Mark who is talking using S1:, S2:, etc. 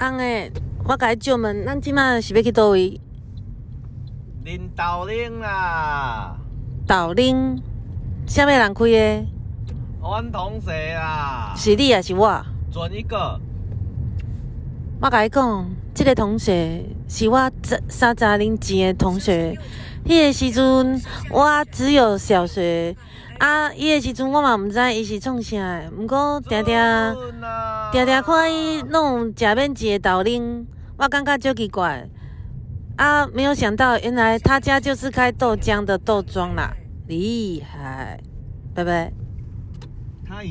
S1: 翁诶，我甲你借问，咱即马是要去倒位？
S2: 恁豆奶啦，
S1: 豆奶，啥物人开诶？
S2: 阮同事啦，
S1: 是你也是我？
S2: 准啊一个，
S1: 我甲你讲，即、个同学是我十三十年前的同学。迄个时阵，我只有小学，啊，迄个时阵我嘛毋知伊是创啥的，毋过定定
S2: 准啊
S1: 定定看伊弄食免钱的豆奶，我感觉足奇怪。啊，没有想到原来他家就是开豆浆的豆庄啦，厉害！拜拜。